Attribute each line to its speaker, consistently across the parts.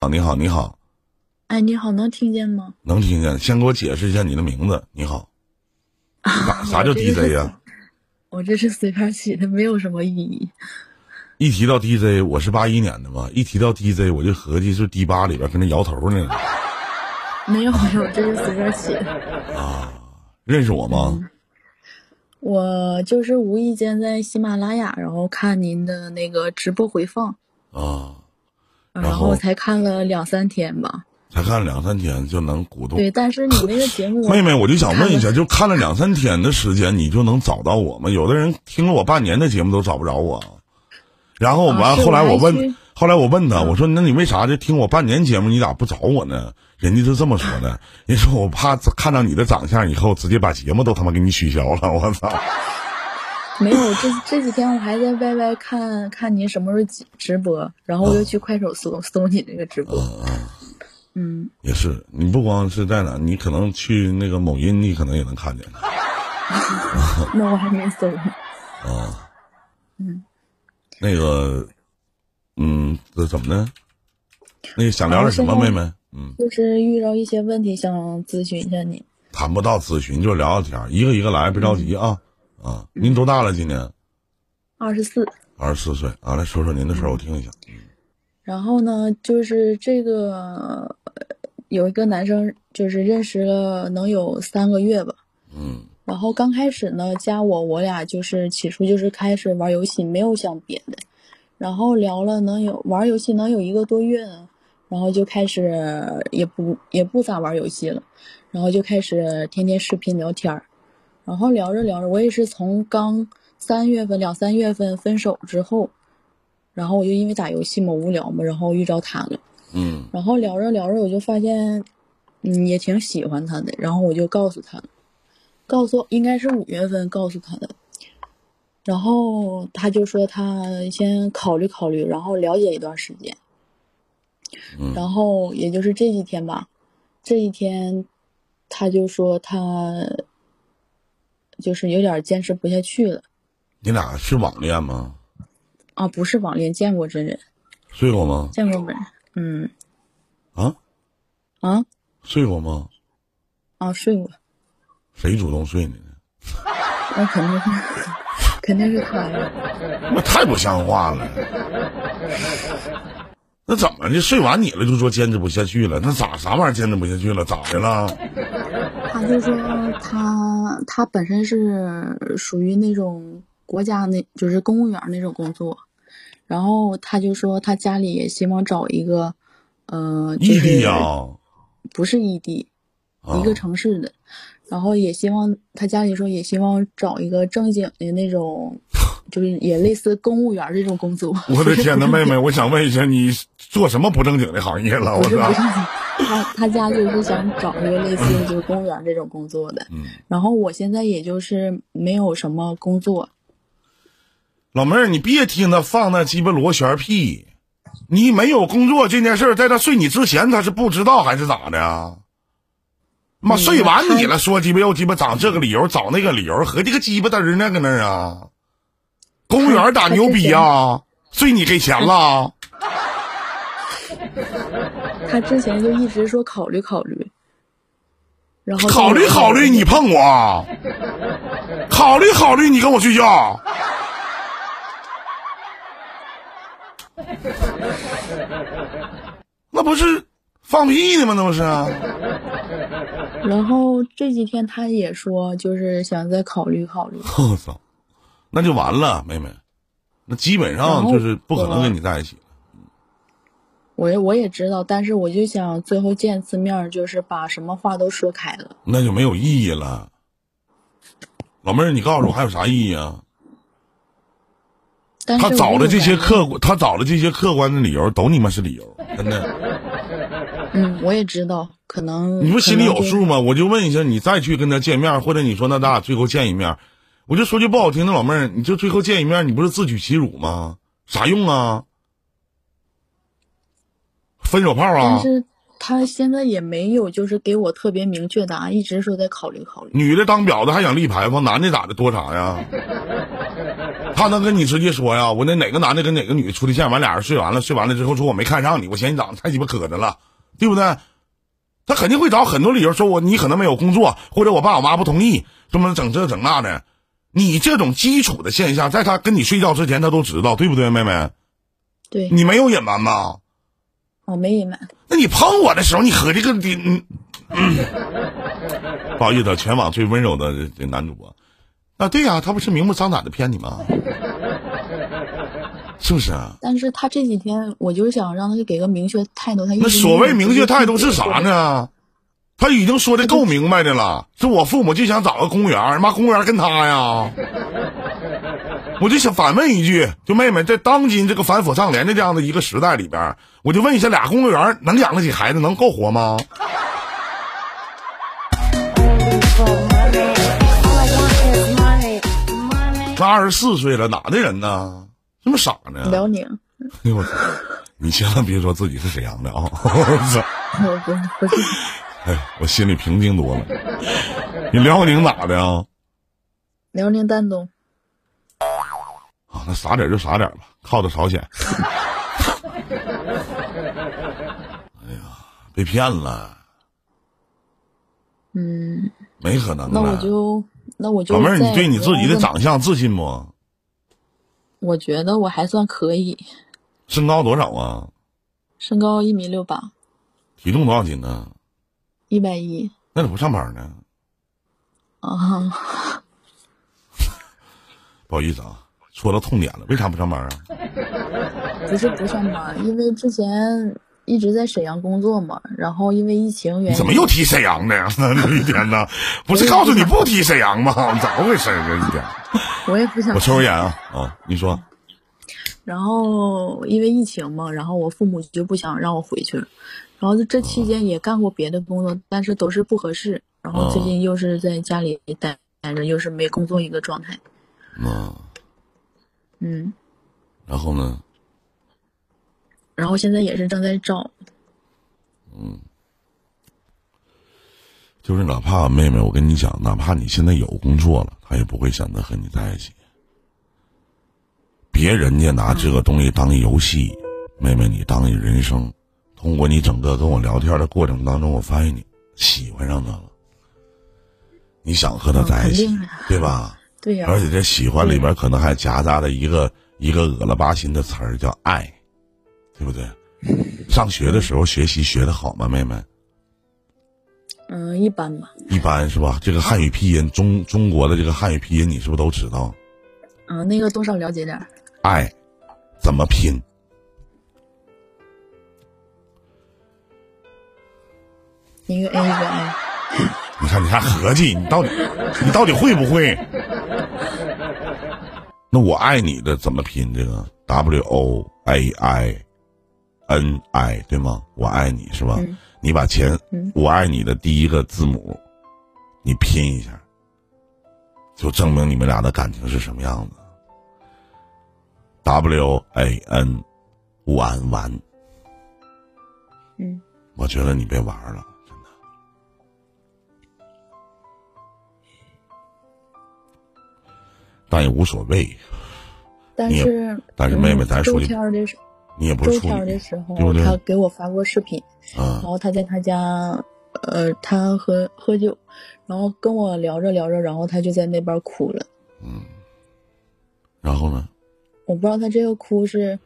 Speaker 1: 啊，你好，你好，
Speaker 2: 哎，你好，能听见吗？
Speaker 1: 能听见？先给我解释一下你的名字。你好，啥啥叫啊
Speaker 2: 啊我这是
Speaker 1: DJ 呀、
Speaker 2: 我这是随便起的，没有什么意义。
Speaker 1: 一提到 DJ，我是八一年的嘛，一提到 DJ 我就合计是迪吧里边跟那摇头呢。
Speaker 2: 没有没有，这是随便起的。
Speaker 1: 啊认识我吗？
Speaker 2: 我就是无意间在喜马拉雅，然后看您的那个直播回放，
Speaker 1: 啊，
Speaker 2: 然
Speaker 1: 然后
Speaker 2: 后才看了两三天吧。
Speaker 1: 才看两三天就能鼓动。，
Speaker 2: 对，但是你那个节目
Speaker 1: 妹妹，我就想问一
Speaker 2: 看
Speaker 1: 下， 就看了两三天的时间，你就能找到我吗？有的人听了我半年的节目都找不着我。然后
Speaker 2: 啊
Speaker 1: 完，
Speaker 2: 是嗯
Speaker 1: 后来
Speaker 2: 我
Speaker 1: 我
Speaker 2: 还
Speaker 1: 问
Speaker 2: 去，
Speaker 1: 后来我问他，我说：“那你为啥就听我半年节目，你咋不找我呢？”人家就这么说的，人家说我怕看到你的长相以后，直接把节目都他妈给你取消了。我 操！
Speaker 2: 没有，这这几天我还在 YY 看看您什么时候直直播，然后我又去快手搜搜你那个直
Speaker 1: 哦
Speaker 2: 播。嗯，
Speaker 1: 嗯也是，你不光是在哪，你可能去那个某音，你可能也能看见。
Speaker 2: 那我还没搜呢。
Speaker 1: 啊，
Speaker 2: 嗯，
Speaker 1: 那个，嗯，这怎么的？那个想聊
Speaker 2: 啊
Speaker 1: 点什么，
Speaker 2: 现
Speaker 1: 妹
Speaker 2: 在
Speaker 1: 妹？嗯，
Speaker 2: 就是遇到一些问题想咨询一下你。
Speaker 1: 谈不到咨询就聊聊天儿，一个一个来，别着急啊。啊，您多大了？今年
Speaker 2: 二十四，
Speaker 1: 二十四岁啊，来说说您的事儿，我听一下。
Speaker 2: 然后呢，就是这个呃有一个男生，就是认识了能有三个月吧。
Speaker 1: 嗯
Speaker 2: 然后刚开始呢，加我，我俩就是起初就是开始玩游戏，没有想别的。然后聊了能有玩游戏能有一个多月呢，然后就开始也不也不咋玩游戏了，然后就开始天天视频聊天儿。然后聊着聊着，我也是从刚三月份两三月份分手之后，然后我就因为打游戏嘛无聊嘛，然后遇着他了。
Speaker 1: 嗯
Speaker 2: 然后聊着聊着，我就发现，嗯，也挺喜欢他的。然后我就告诉他了，告诉应该是五月份告诉他的。然后他就说他先考虑考虑，然后了解一段时间。
Speaker 1: 嗯
Speaker 2: 然后也就是这几天吧，这几天他就说他就是有点坚持不下去了
Speaker 1: 你俩是网恋吗？
Speaker 2: 啊，不是网恋，见过真人，
Speaker 1: 睡过吗？
Speaker 2: 见过本人，嗯
Speaker 1: 啊，
Speaker 2: 啊
Speaker 1: 睡过吗？
Speaker 2: 啊睡过，
Speaker 1: 谁主动睡你的？
Speaker 2: 那肯定是肯定是他呀。
Speaker 1: 那太不像话了。 那怎么的？睡完你了就说坚持不下去了？那咋啥玩意儿坚持不下去了？咋的了？
Speaker 2: 他就说他他本身是属于那种国家那就是公务员那种工作，然后他就说他家里也希望找一个，呃，就
Speaker 1: 异
Speaker 2: 是
Speaker 1: 地呀、
Speaker 2: 不是异地，
Speaker 1: 啊
Speaker 2: 一个城市的，然后也希望他家里说也希望找一个正经的那种，就是也类似公务员这种工作，
Speaker 1: 我的天呐，妹妹，我想问一下，你做什么不正经的行业了？我
Speaker 2: 不是不是
Speaker 1: 操！，
Speaker 2: 他他家就是想找一个类似就是公务员这种工作的，
Speaker 1: 嗯，
Speaker 2: 然后我现在也就是没有什么工作，
Speaker 1: 老妹儿，你别听他放那鸡巴螺旋屁，你没有工作这件事儿，在他睡你之前，他是不知道还是咋的啊？妈，
Speaker 2: 嗯
Speaker 1: 睡完
Speaker 2: 他
Speaker 1: 你了，说鸡巴又鸡巴找这个理由，找那个理由，合计个鸡巴嘚儿呢，搁那儿啊？公务员打
Speaker 2: 他
Speaker 1: 牛逼
Speaker 2: 之前
Speaker 1: 啊？睡你给钱了？啊
Speaker 2: 他之前就一直说考虑考虑，然后
Speaker 1: 考虑考虑，你碰我，考虑考虑，你跟我睡 觉。那不是放屁呢吗？那不是啊？
Speaker 2: 然后这几天他也说就是想再考虑考虑，
Speaker 1: 我操，那就完了，妹妹，那基本
Speaker 2: 然
Speaker 1: 上
Speaker 2: 后
Speaker 1: 就是不可能跟你在一起。
Speaker 2: 我也我也知道，但是我就想最后见次面儿，就是把什么话都说开了。
Speaker 1: 那就没有意义了。老妹儿，你告诉我还有啥意义啊？
Speaker 2: 但是
Speaker 1: 他
Speaker 2: 我
Speaker 1: 找的
Speaker 2: 又
Speaker 1: 这些
Speaker 2: 感觉，
Speaker 1: 客观，他找的这些客观的理由都你妈是理由，真的。
Speaker 2: 嗯，我也知道，可能
Speaker 1: 你不心里有？
Speaker 2: 嗯可能就
Speaker 1: 数吗？我就问一下，你再去跟他见面，或者你说那咱俩最后见一面，我就说句不好听的，老妹儿，你就最后见一面，你不是自取其辱吗？啥用啊？分手炮
Speaker 2: 但
Speaker 1: 啊！
Speaker 2: 是他现在也没有就是给我特别明确答案，一直说在考虑考虑。
Speaker 1: 女的当婊子还想立牌坊，男的咋的多啥呀？他能跟你直接说呀？我那哪个男的跟哪个女的处对象，完俩人睡完了，睡完了之后说我没看上你，我嫌你长得太鸡巴磕碜了，对不对？他肯定会找很多理由说我你可能没有工作，或者我爸我妈不同意，什么整这整那的。你这种基础的现象，在他跟你睡觉之前他都知道，对不对，妹妹？
Speaker 2: 对，
Speaker 1: 你没有隐瞒吧？
Speaker 2: 我没隐瞒。
Speaker 1: 那你碰我的时候，你和这个你、嗯嗯不好意思，全网最温柔的这男主播啊，对呀、他不是明目张胆的骗你吗？是不是啊？
Speaker 2: 但是他这几天，我就是想让他给个明确态度。他一
Speaker 1: 那
Speaker 2: 直
Speaker 1: 所谓明确态度
Speaker 2: 就是
Speaker 1: 啥呢？他已经说的够明白的了，是我父母就想找个公务员，妈公务员跟他呀。我就想反问一句，就妹妹，在当今这个反腐倡廉的这样的一个时代里边，我就问一下，俩公务员能养得起孩子，能够活吗？他二十四岁了，哪的人呢？这么傻呢？
Speaker 2: 辽宁，
Speaker 1: 哎呦我操！你千万别说自己是沈阳的啊！ 我操！
Speaker 2: 我不是不是，
Speaker 1: 哎，我心里平静多了。你辽宁咋的啊？
Speaker 2: 辽宁丹东，
Speaker 1: 啊，那傻点儿就傻点儿吧，靠着朝 鲜。哎呀，哎被骗了，
Speaker 2: 嗯，
Speaker 1: 没可能
Speaker 2: 那我
Speaker 1: 了。
Speaker 2: 就那我就
Speaker 1: 老妹儿，你
Speaker 2: 再
Speaker 1: 对你自己的
Speaker 2: 再
Speaker 1: 长相自信不？
Speaker 2: 我觉得我还算可以，
Speaker 1: 身高多少啊？
Speaker 2: 身高一米六八，
Speaker 1: 体重多少斤呢？
Speaker 2: 一百一
Speaker 1: 那咋不上班呢？
Speaker 2: 啊，
Speaker 1: 不好意思啊，说到痛点了，为啥不上班啊？
Speaker 2: 不是不上班，因为之前一直在沈阳工作嘛，然后因为疫情原
Speaker 1: 你
Speaker 2: 因，
Speaker 1: 怎么又提沈阳的呀？ 这一天呢，不是告诉你不提沈阳吗？ 咋回事儿这一天？
Speaker 2: 我也不 想
Speaker 1: 我抽根烟啊啊！你说
Speaker 2: 然后因为疫情嘛，然后我父母就不想让我回去了，然后就这期间也干过别的工作，但是都是不合适。然后最近又是在家里待待着，又是没工作一个状态。
Speaker 1: 嗯，
Speaker 2: 嗯，
Speaker 1: 然后呢？
Speaker 2: 然后现在也是正在找，
Speaker 1: 就是哪怕妹妹，我跟你讲，哪怕你现在有工作了，他也不会选择和你在一起。别人家拿这个东西当游戏，妹妹你当人生。通过你整个跟我聊天的过程当中，我发现你喜欢上他了，你想和他在一起
Speaker 2: 嗯肯定的，
Speaker 1: 对吧？
Speaker 2: 对呀、
Speaker 1: 而且这喜欢里边可能还夹杂着一个一个恶了巴心的词儿，叫爱，对不对？上学的时候学习学的好吗，妹妹？
Speaker 2: 嗯，一般吧，
Speaker 1: 一般是吧？这个汉语拼音，中中国的这个汉语拼音，你是不是都知道？
Speaker 2: 嗯，那个多少了解点儿，
Speaker 1: 爱怎么拼？
Speaker 2: 一个 A 一个 I，
Speaker 1: 你看，你还合计，你到底你到底会不会？那我爱你的怎么拼？这个 W O A I N I 对吗？我爱你是吧？
Speaker 2: 嗯
Speaker 1: 你把前、
Speaker 2: 嗯
Speaker 1: 我爱你的第一个字母，你拼一下，就证明你们俩的感情是什么样子。W A N 玩玩，
Speaker 2: 嗯，
Speaker 1: 我觉得你被玩了，真的。但也无所谓，
Speaker 2: 但
Speaker 1: 你也
Speaker 2: 是
Speaker 1: 但是
Speaker 2: 嗯
Speaker 1: 妹妹咱说
Speaker 2: 周
Speaker 1: 句
Speaker 2: 天儿的时
Speaker 1: 你也不
Speaker 2: 周
Speaker 1: 是处
Speaker 2: 天儿
Speaker 1: 女啊
Speaker 2: 的，时候，
Speaker 1: 对不对
Speaker 2: 他给我发过视频，然
Speaker 1: 啊
Speaker 2: 后他在他家，呃，他喝喝酒，然后跟我聊着聊着，然后他就在那边哭了。
Speaker 1: 然后呢，
Speaker 2: 我不知道他这个哭是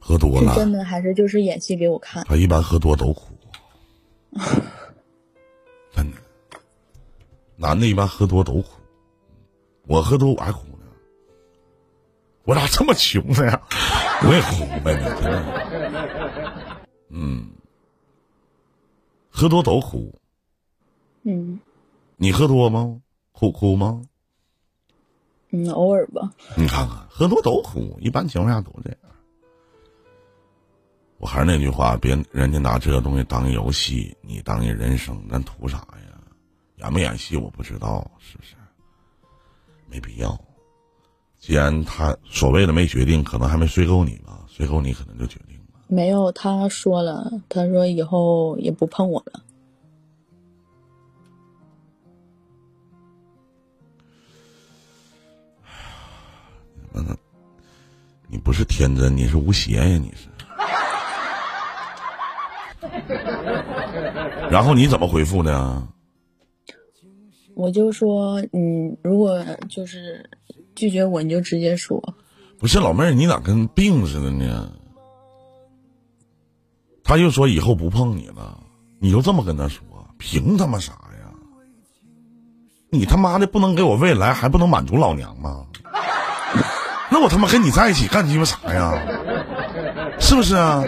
Speaker 1: 喝多
Speaker 2: 是
Speaker 1: 了，
Speaker 2: 真的还是就是演戏给我看。
Speaker 1: 他一般喝多都 哭，真的，男的一般喝多都哭，我喝多我还哭呢，我咋这么穷呢呀？我也哭呗，你真的，嗯，喝多都哭，
Speaker 2: 嗯
Speaker 1: 你喝多吗？哭哭吗？
Speaker 2: 嗯，偶尔吧。
Speaker 1: 你看看，喝多都哭，一般情况下都这样。我还是那句话，别人家拿这个东西当游戏，你当一人生，咱图啥呀？演没演戏我不知道，是不是？没必要。既然他所谓的没决定，可能还没睡够你吧，睡够你可能就决定了。
Speaker 2: 没有，他说了，他说以后也不碰我了。
Speaker 1: 你不是天真，你是无邪呀，你是。然后你怎么回复呢？
Speaker 2: 我就说，嗯，如果就是拒绝我，你就直接说。
Speaker 1: 不是老妹儿，你咋跟病似的呢？他就说以后不碰你了，你就这么跟他说，凭他妈啥呀？你他妈的不能给我未来，还不能满足老娘吗？那我他妈跟你在一起干鸡巴啥呀？是不是啊？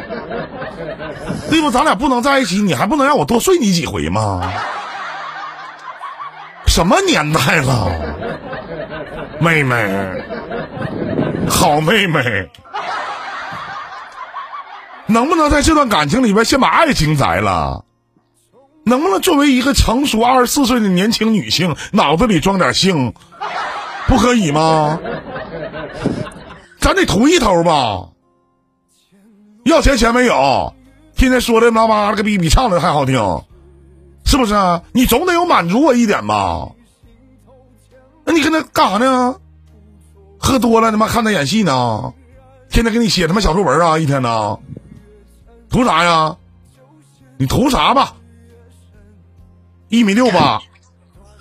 Speaker 1: 对不？咱俩不能在一起，你还不能让我多睡你几回吗？什么年代了，妹妹，好妹妹，能不能在这段感情里边先把爱情摘了？能不能作为一个成熟二十四岁的年轻女性，脑子里装点性，不可以吗？咱得图一头吧。要钱钱没有，天天说的妈妈了个逼比唱的还好听，是不是啊？你总得有满足我一点吧？那你跟他干啥呢？喝多了他妈看他演戏呢，天天给你写他妈小作文啊，一天呢，图啥呀？你图啥吧？一米六八，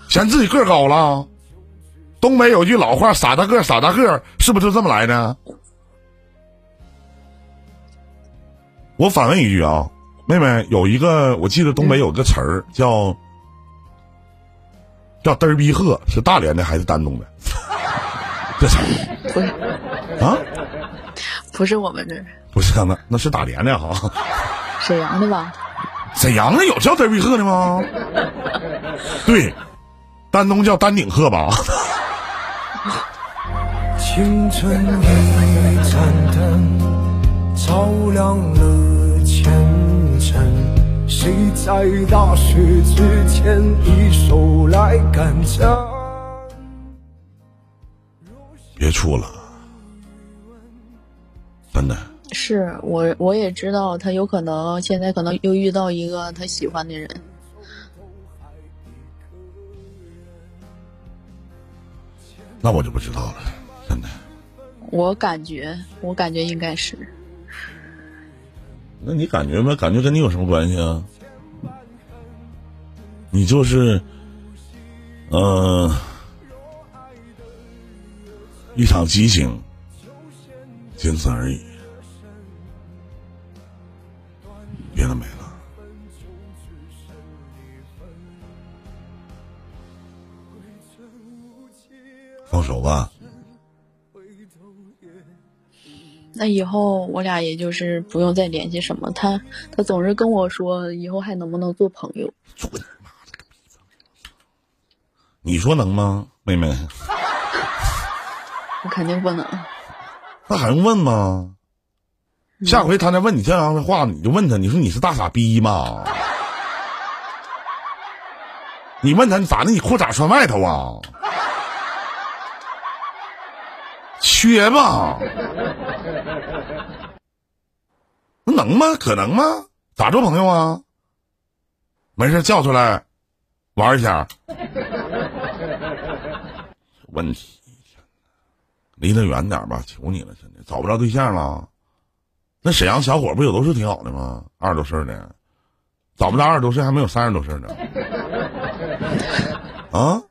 Speaker 1: 嫌自己个儿高了？东北有句老话，傻大个儿傻大个儿，是不是就这么来的？我反问一句啊，妹妹，有一个我记得东北有个词儿叫叫嘚儿逼鹤，是大连的还是丹东的？ 这词儿
Speaker 2: 不是，
Speaker 1: 啊，
Speaker 2: 不是我们这儿，
Speaker 1: 不是那那是大连的 哈，
Speaker 2: 沈阳的吧？
Speaker 1: 沈阳的有叫嘚儿逼鹤的吗？对，丹东叫丹顶鹤吧？
Speaker 3: 青春已残灯，照亮了前程。谁在大雪之前一手来赶车？
Speaker 1: 别处了，真的。
Speaker 2: 是我我也知道他有可能现在可能又遇到一个他喜欢的人，
Speaker 1: 那我就不知道了，真的。
Speaker 2: 我感觉我感觉应该是
Speaker 1: 那你感觉呗？感觉跟你有什么关系啊？你就是，呃，一场激情，仅此而已，别的没了。放手吧，
Speaker 2: 那以后我俩也就是不用再联系什么，他他总是跟我说以后还能不能做朋友，
Speaker 1: 做你妈了个逼你说能吗，妹妹？
Speaker 2: 我肯定不能。
Speaker 1: 那还用问吗？下回他再问你这样的话，你就问他，你说你是大傻逼吗？你问他你咋的？你裤衩穿外头啊？缺吧？那能吗？可能吗？咋做朋友啊？没事叫出来玩一下。问题。离他远点儿吧，求你了，真的找不着对象了。那沈阳小伙不有都是挺好的吗？二十多岁的，找不着二十多岁还没有三十多岁的。啊，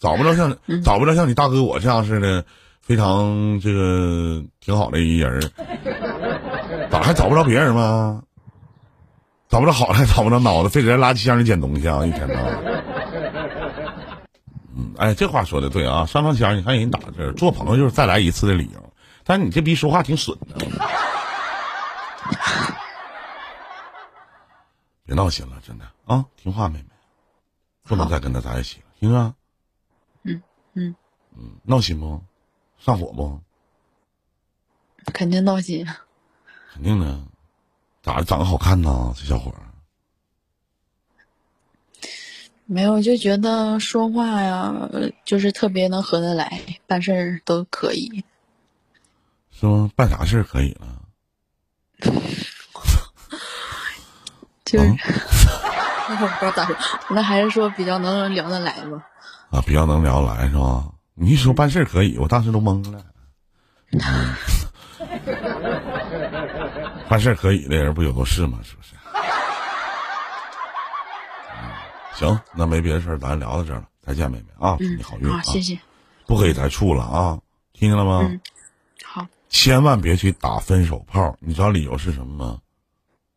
Speaker 1: 找不着像找不着像你大哥我这样似的，非常这个挺好的一人儿，咋还找不着别人吗？找不着好的还找不着脑子，非得在垃圾箱里捡东西啊！一天到晚。哎，这话说的对啊，上上签儿你看人打字儿，做朋友就是再来一次的理由。但是你这逼说话挺损的，别闹心了，真的啊，听话，妹妹，不能再跟他在一起了，行啊？
Speaker 2: 嗯嗯
Speaker 1: 嗯，闹心不？上火不？
Speaker 2: 肯定闹心。
Speaker 1: 肯定的，咋的？长得好看呐，这小伙儿。
Speaker 2: 没有，就觉得说话呀，呃就是特别能合得来，办事儿都可以。
Speaker 1: 是吗？办啥事儿可以了？
Speaker 2: 就是，
Speaker 1: 嗯
Speaker 2: 我不知道咋说，那还是说比较能聊得来吧。
Speaker 1: 啊，比较能聊得来是吧？你一说办事儿可以，我当时都懵了。办事儿可以的人不有都是吗？是不是？啊行，那没别的事儿，咱聊到这儿了，再见，妹妹啊，祝
Speaker 2: 嗯
Speaker 1: 你好运、，啊
Speaker 2: 好，谢谢，
Speaker 1: 不可以再处了啊，听见了吗？
Speaker 2: 嗯，好，
Speaker 1: 千万别去打分手炮，你知道理由是什么吗？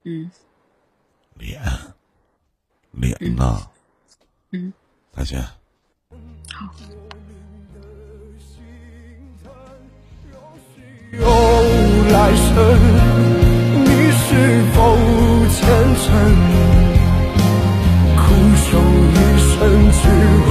Speaker 2: 嗯，
Speaker 1: 脸，脸呐、
Speaker 2: 嗯嗯，
Speaker 1: 再见。
Speaker 3: 又来生，你是否虔诚？苦守一生只